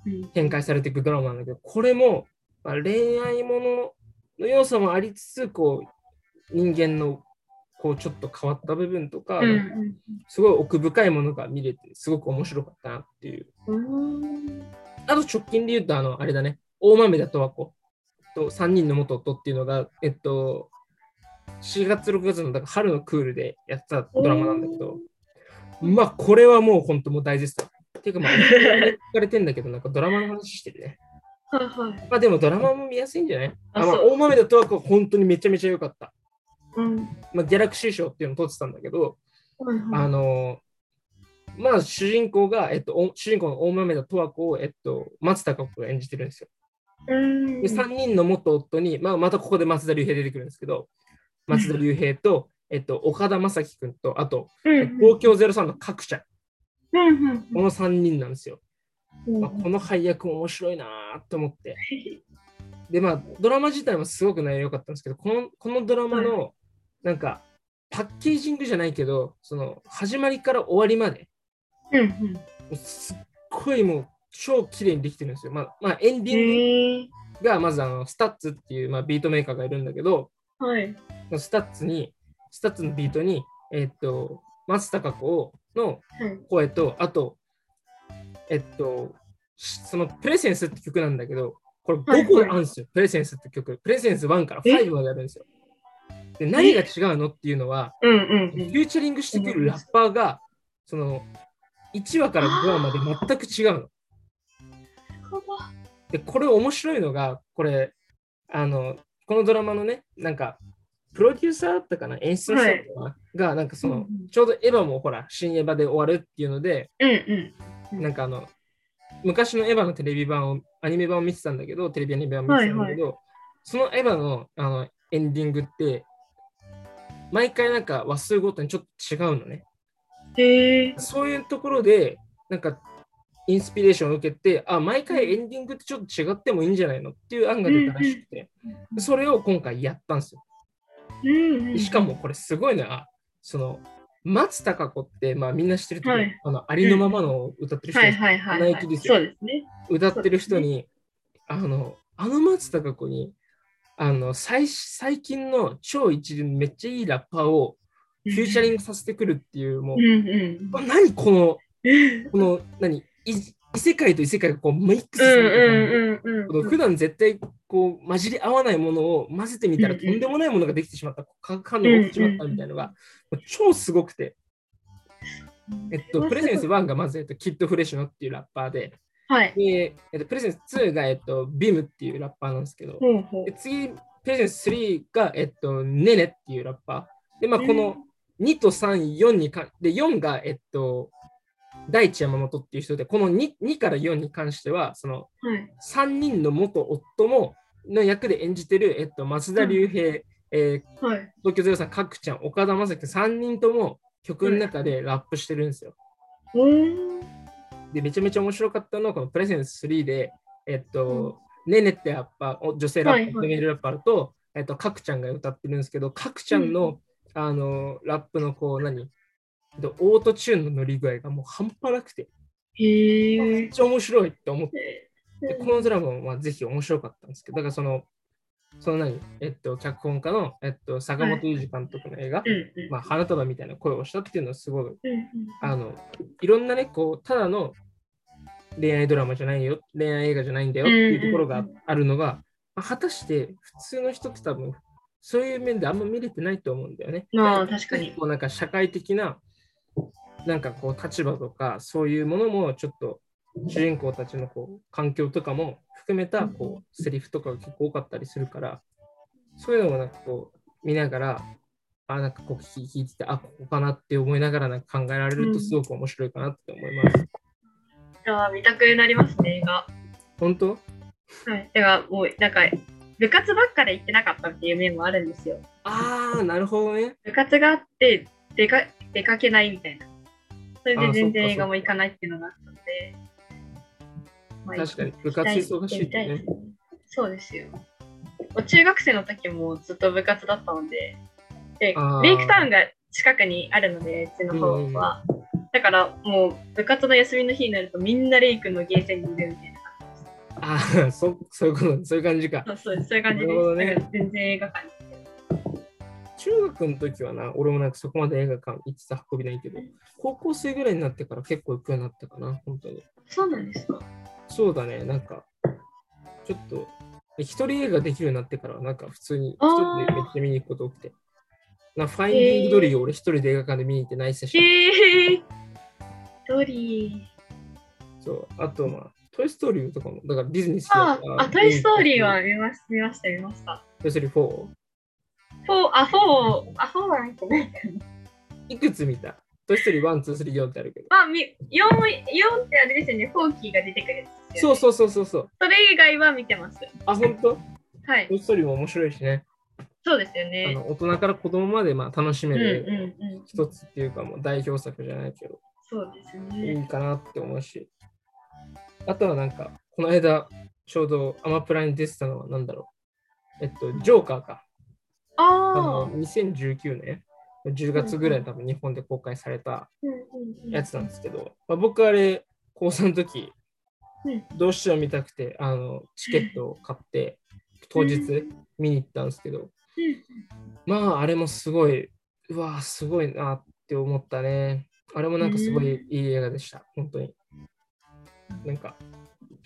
A: うんうん。
B: 展開されていくドラマなんだけど、これも、まあ、恋愛ものの要素もありつつ、こう、人間の、こう、ちょっと変わった部分とか、
A: うんうん
B: すごい奥深いものが見れて、すごく面白かったなっていう。
A: うん。
B: あと直近で言うと、あの、あれだね、大豆田十和子と3人の元夫っていうのが、えっと、4月、6月のだから春のクールでやってたドラマなんだけど、まあ、これはもう本当もう大絶賛。っていうか、まあ、聞かれてんだけど、なんかドラマの話してるね。
A: はいはい。
B: まあでもドラマも見やすいんじゃない
A: あ
B: あ、まあ、
A: そう
B: 大豆だとは本当にめちゃめちゃ良かった。
A: うん。
B: まあ、ギャラクシー賞っていうのを取ってたんだけど、
A: はいはい
B: あの、まあ、主人公が、えっと、お主人公の大豆田十和子を、えっと、松たか子が演じてるんですよ。
A: うーん
B: で、3人の元夫に、まあ、またここで松田龍平出てくるんですけど、松田龍平と、えっと、岡田将生君と、あと、
A: うん
B: 東京03の角ちゃん、
A: うんうん
B: この3人なんですよ。
A: うん
B: まあ、この配役面白いなーって思って。で、まあ、ドラマ自体もすごく内容良かったんですけど、このこのドラマの、なんか、パッケージングじゃないけど、その、始まりから終わりまで、
A: うんうん
B: もうすっごいもう超綺麗にできてるんですよ。まあ、まあ、エンディン
A: へえ
B: グがまずあのスタッツっていう、まあ、ビートメーカーがいるんだけど、
A: はい
B: そのスタッツに、スタッツのビートに、えっと、松たか子の
A: はい
B: 声と、あと、えっと、しそのプレセンスって曲なんだけど、これ
A: はい
B: 5個あるんですよ、プレセンスって曲。プレセンス1から5まであるんですよ。で、何が違うのっていうのは、
A: うんうん
B: フューチャリングしてくるラッパーが、その、1話から5話まで全く違うの。で、これ面白いのが、これ、あの、このドラマのね、なんか、プロデューサーだったかな、演出の人だったかな、が、なんかその、
A: うんうん
B: ちょうどエヴァもほら、新エヴァで終わるっていうので、
A: うんうんうん
B: なんかあの、昔のエヴァのテレビ版を、アニメ版を見てたんだけど、テレビアニメ版を見てたんだけど、そのエヴァのあのエンディングって、毎回なんか話数ごとにちょっと違うのね。
A: へえ
B: そういうところで、なんか、インスピレーションを受けて、あ、毎回エンディングってちょっと違ってもいいんじゃないのっていう案が出たらしくて、それを今回やったんですよ。
A: うんうん
B: しかもこれすごいのは、その、松たか子って、まあみんな知ってると思う、
A: はい
B: あの、ありのままの歌ってる人、
A: はいはいはいはい
B: 鼻息ですよ
A: そうですね
B: 歌ってる人に、あの、あの松たか子に、あの最、最近の超一流めっちゃいいラッパーをフューチャリングさせてくるっていう、もう
A: う、んうん
B: あ何こ
A: う
B: の、
A: ん
B: この何い異世界と異世界がこうミックス
A: う
B: さ
A: ん
B: れてる
A: うんうん
B: この普段絶対こう混じり合わないものを混ぜてみたらとんでもないものができてしまった、化学反応が起きてしまったみたいなのが、もう超すごくて、えっと、プレゼンス1がまず、えっと、キッド・フレッシュノっていうラッパーで、
A: はい
B: でえっと、プレゼンス2が、えっと、ビムっていうラッパーなんですけど、
A: ほうほう
B: で次、プレゼンス3が、えっと、ネネっていうラッパー。で、まあ、この2と3、4にか、で、4が、えっと、大地山本っていう人で、この 2, 2から4に関しては、その
A: はい
B: 3人の元夫も、の役で演じてる、えっと、増田龍平、えー
A: はい
B: 東京03、かくちゃん、岡田将生、3人とも曲の中でラップしてるんですよ。
A: うーん
B: で、めちゃめちゃ面白かったのは、このプレゼンス3で、えっと、ねねってやっぱお女性ラッパー、
A: はいはい
B: メールラッパーと、えっと、かくちゃんが歌ってるんですけど、かくちゃんの、あの、ラップのこう、何えっとオートチューンの乗り具合がもう半端なくて、
A: へ
B: め
A: え
B: っちゃ面白いって思って、
A: う
B: で
A: ん
B: このドラマもまあぜひ面白かったんですけど、だからその、その何えっと、脚本家の、えっと、坂本裕二監督の映画、
A: うんうん
B: まあ、花束みたいな声をしたっていうのはすごい
A: うん
B: あの、いろんなね、こう、ただの恋愛ドラマじゃないよ、恋愛映画じゃないんだよっていうところ
A: う
B: が
A: んうん
B: あるのが、まあ果たして普通の人って多分、そういう面であんま見れてないと思うんだよね。
A: うんああ確かに
B: こうなんか社会的な、なんかこう、立場とか、そういうものもちょっと、主人公たちのこう環境とかも含めたこうセリフとかが結構多かったりするから、そういうのもなんかこう見ながら、あなんかこう聞い聞いてて、あ、ここかなって思いながらなんか考えられる
A: う
B: と
A: ん
B: すごく面白いかなって思います。
A: じゃあ見たくなりますね映画
B: 本当
A: はいだからもうなんか部活ばっかで行ってなかったっていう面もあるんですよ
B: ああ、なるほどね。
A: 部活があって出か出かけないみたいなそれ
B: あ
A: で全
B: そっ
A: 然
B: か
A: 映画も行かないっていうのがあったのでまあ
B: 確かに部活忙しいとね。
A: そうですよ。中学生の時もずっと部活だったので、で
B: あー
A: レイクタウンが近くにあるので、うちの方は。だからもう部活の休みの日になるとみんなレイクのゲーセンにいるみたいな。
B: ああ、そそういうこと、そういう感じか。 <laughs>
A: そうそうそういう感じで
B: な
A: す
B: るほどね
A: だから全然映画館に行って
B: 中学の時はな、俺もなんかそこまで映画館行ってた運びないけど、高校生ぐらいになってから結構行くようになったかな、本当に。
A: そうなんですか。
B: そうだね、なんか、ちょっと、一人映画できるようになってからは、なんか普通に
A: あー
B: 一人でめっちゃ見に行くこと多くて。なファインディングドリーを俺一人で映画館で見に行ってないし、
A: へえー。ドリ
B: そう、あとまあ、トイ・ストーリーとかも、だからディズニー好
A: ー。あ
B: きだ、
A: あ、トイ・ストーリーは。見ました、見ました、見ました。
B: トイ・ストーリー 4?
A: フォー、あ、フォー、あ、フォーは見てない。
B: いくつ見たと一人ワン、ツー、スリー、四ってあるけど。
A: まあ、み4、4ってあれですよね、フォーキーが出てくるやつですよ
B: そう
A: ね、
B: そうそうそうそう。
A: それ以外は見てます。
B: あ、本当？
A: はい
B: ト、イストーリーも面白いしね。
A: そうですよ
B: あ
A: ね。
B: の大人から子供までまあ楽し
A: う
B: め
A: んう
B: る
A: んうん。
B: 一つっていうかもう代表作じゃないけど、
A: そうです
B: い
A: ね。
B: いかなって思うし。あとはなんか、この間、ちょうどアマプラに出てたのは何だろう。えっと、ジョーカーか。あ
A: あ
B: の
A: あ。
B: 2019年10月ぐらいに多分日本で公開された
A: うんうんうん
B: やつなんですけど、まあ、僕あれ高3の時
A: うん
B: どうしても見たくてあのチケットを買って当日見に行ったんですけど
A: うん
B: まああれもすごいうわーすごいなって思ったねあれもなんかすごいいい映画でした本当になんか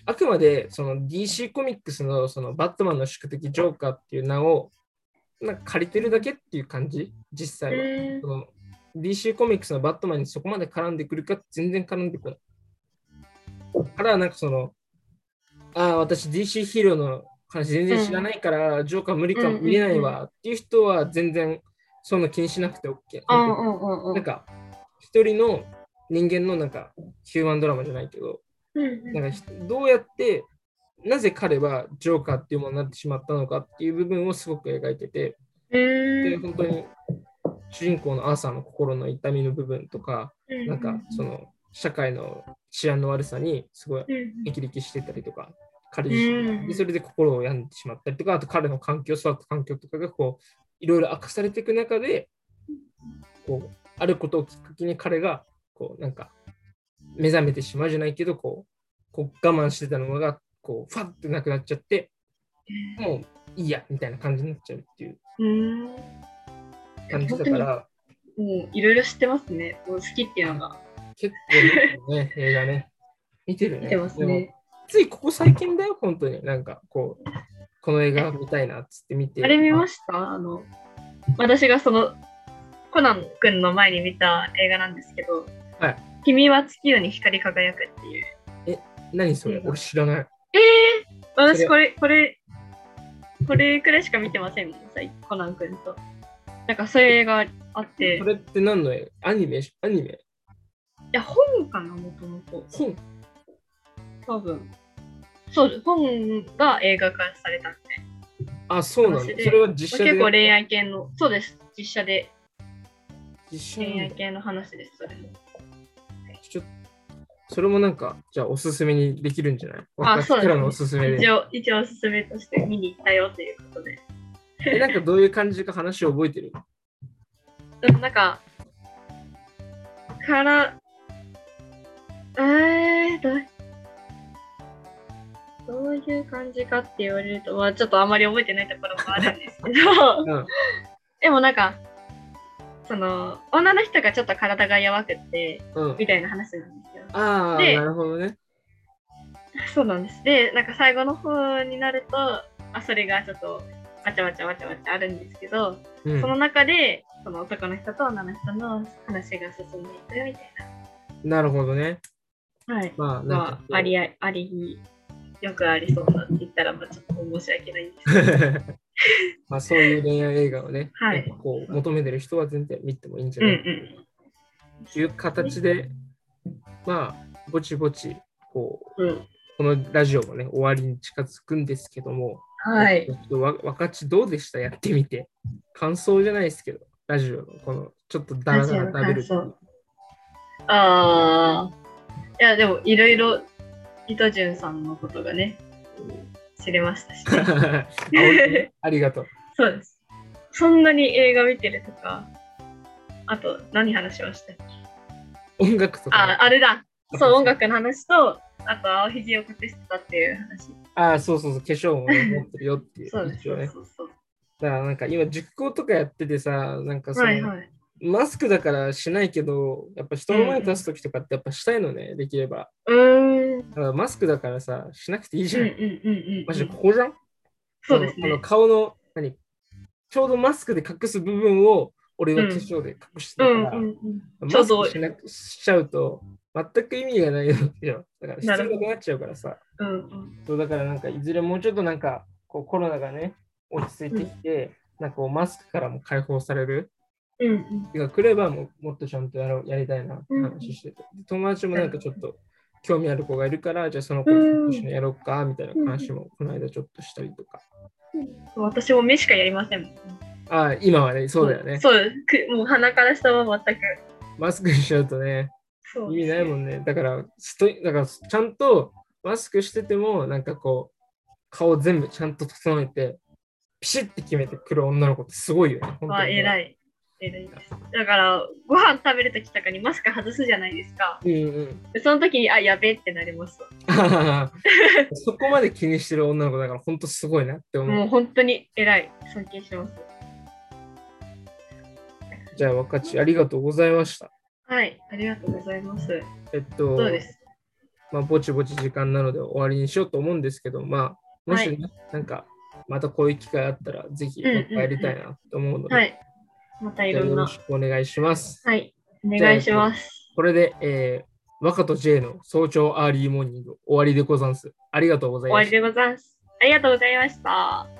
B: あくまでその DC コミックスのそのバットマンの宿敵ジョーカーっていう名をなんか借りてるだけっていう感じ実際は、
A: うん
B: その DC コミックスのバットマンにそこまで絡んでくるか全然絡んでこない。からなんかその、ああ、私 DC ヒーローの話全然知らないから、ジョーカー無理か
A: うんうんうん
B: 見れないわっていう人は全然そんな気にしなくて OK。
A: うん
B: 本
A: うんうんう
B: 当になん
A: ん
B: か一人の人間のなんかヒューマンドラマじゃないけど、
A: うん
B: なんかひどうやってなぜ彼はジョーカーっていうものになってしまったのかっていう部分をすごく描いてて、で
A: う
B: 本当に主人公のアーサーの心の痛みの部分とか、
A: ん。
B: なんかその社会の治安の悪さにすごい
A: うんうん
B: 激励してたりとか、彼
A: う
B: 自身
A: ん
B: でそれで心を病んでしまったりとか、あと彼の環境、育った環境とかがこういろいろ明かされていく中で、こうあることをきっかけに彼がこうなんか目覚めてしまうじゃないけど、こうこう我慢してたのがこうファッてなくなっちゃって、もういいやみたいな感じになっちゃうっていう
A: うんも
B: 感じだから。
A: ういろいろ知ってますね。もう好きっていうのが
B: 結構見てるね、 <laughs> 映画ね。見てるね。
A: 見てます
B: でも
A: ね。
B: ついここ最近だよ、本当に。なんか、こう、この映画見たいなっつって見て。
A: あれ見ま
B: し
A: したあの、私がその、コナン君の前に見た映画なんですけど、
B: はい
A: 君は月夜に光り輝くっていう。
B: 何それ俺知らない。
A: えー、私
B: それ
A: これ、これ、これくらいしか見てませんもん、最近コナン君と。なんかそういう映画あって、い
B: それって何の映画アニメアニメ
A: や、本かな、もともと。
B: 本
A: 多分。そう、本が映画化されたんで。
B: あ、そうなんだ。
A: 私で
B: それは実写で。
A: 結構恋愛系の、そうです、実写で
B: 実写
A: 恋
B: な
A: 愛
B: んだ
A: 系の話です、それも。
B: ちょっとそれもなんか、じゃあおすすめにできるんじゃない私
A: そう
B: か
A: ですね
B: らのおすすめ
A: 一
B: で。
A: 応、一応おすすめとして見に行ったよということで。
B: えなんかどういう感じか話を覚えてる
A: うん、なんか、から、えー、どうどういう感じかって言われると、まあちょっとあまり覚えてないところもあるんですけ
B: <laughs>
A: ど、
B: うん。
A: でもなんか、その、女の人がちょっと体が弱くて、
B: うん。
A: みたいな話なんですよ。
B: ああ、
A: で
B: なるほどね。
A: そうなんです。で、なんか最後の方になると、あそれがちょっと、わちゃわちゃわちゃわちゃあるんですけど、
B: うん
A: その中で、その男の人と女の人の話が進んでいくみたい
B: なるほどね。
A: な。はい。
B: まあ、なんか
A: ま
B: こう。
A: あ、ありああり、よくありそうなって言ったら、まあ、ちょっと申し訳ないんですけ
B: <laughs> まあそういう恋愛映画をね、
A: はい
B: なんかこう求めてる人は全然見てもいいんじゃ <laughs>
A: ど。うん
B: な
A: う
B: い
A: ん。
B: という形で、まあ、ぼちぼち、こう、
A: うん、
B: このラジオもね、終わりに近づくんですけども、
A: はい
B: ち。ょっとわ若ちどうでしたやってみて。感想じゃないですけど、ラジオのこの、ちょっとダラダラ食べる
A: ラ
B: ってい
A: ジオの
B: う。
A: ああ。いや、でも、いろいろ、糸潤さんのことがね、知れましたし、ね。
B: あ本当に <laughs> ありがとう。
A: そうです。そんなに映画見てるとか、あと、何話しましたっけ
B: 音楽とかね、
A: あ、あれだ。そう、
B: 私
A: 音楽の話と、あと、青ひげを隠してたっていう話。
B: ああ、そうそうそう、化粧も、ね、持ってるよっていう。
A: そうです。
B: 一応
A: そう
B: ね。
A: そうそう。
B: だからなんか今、塾講とかやっててさ、なんかその、
A: はいはい。
B: マスクだからしないけど、やっぱ人の前に立つときとかってやっぱしたいのね、できれば。
A: うーん。
B: だからマスクだからさ、しなくていいじ
A: うん
B: ゃ。
A: うんんうん
B: マジ
A: う
B: で
A: ん。
B: ここじゃん
A: そうです
B: あのあの
A: ね。
B: 顔の、何ちょうどマスクで隠す部分を俺は化粧で隠してた
A: う
B: か
A: ん
B: ら、
A: うんうん。ちょ
B: マ
A: う
B: ス
A: ど
B: ク、しなくしちゃうと全く意味がないわけよ。だから必要なくなっちゃうからさ。
A: うんうん。
B: そうだからなんかいずれもうちょっとなんかこうコロナがね、落ち着いてきて、なんかこうマスクからも解放される
A: うん
B: てか、クレバーももっとちゃんとやろうやりたいなって話してて、友達もなんかちょっと興味ある子がいるから、じゃあその子
A: うん
B: と一緒にやろうか、みたいな話もこの間ちょっとしたりとか。
A: うん、私も目しかやりませんもん。
B: ああ、今はね、そうだよね。
A: そうですくもう鼻から下は全く。
B: マスクしちゃうとね、
A: そう
B: 意味ないもんね。だから、ストイだからちゃんとマスクしてても、なんかこう、顔全部ちゃんと整えて、ピシッて決めてくる女の子ってすごいよね。本当に
A: は
B: ね
A: 偉い。偉いです。だから、ご飯食べるときとかにマスク外すじゃないですか。
B: うんうん。
A: <laughs> でその時に、あ、やべえってなります。
B: そこまで気にしてる女の子だから本当すごいなって思う。
A: もう本当に偉い。尊敬します。
B: じゃあ、若ちありがとうございました。
A: はい、ありがとうございます。
B: えっと、
A: そうです。
B: まあ、ぼちぼち時間なので終わりにしようと思うんですけど、まあ、もし、ねなんか、またこういう機会あったら、ぜひ、
A: うんうんうん
B: またやりたいなと思うので、
A: はい。またい
B: じゃ
A: ろ
B: あよ
A: ん
B: ろ
A: な。
B: しくお願いします。
A: はい。お願いします。
B: これで、えー、若と J の早朝アーリーモーニング終わりでござんす。ありがとうござい
A: 終
B: ま
A: わ
B: した
A: り。でございます。ありがとうございました。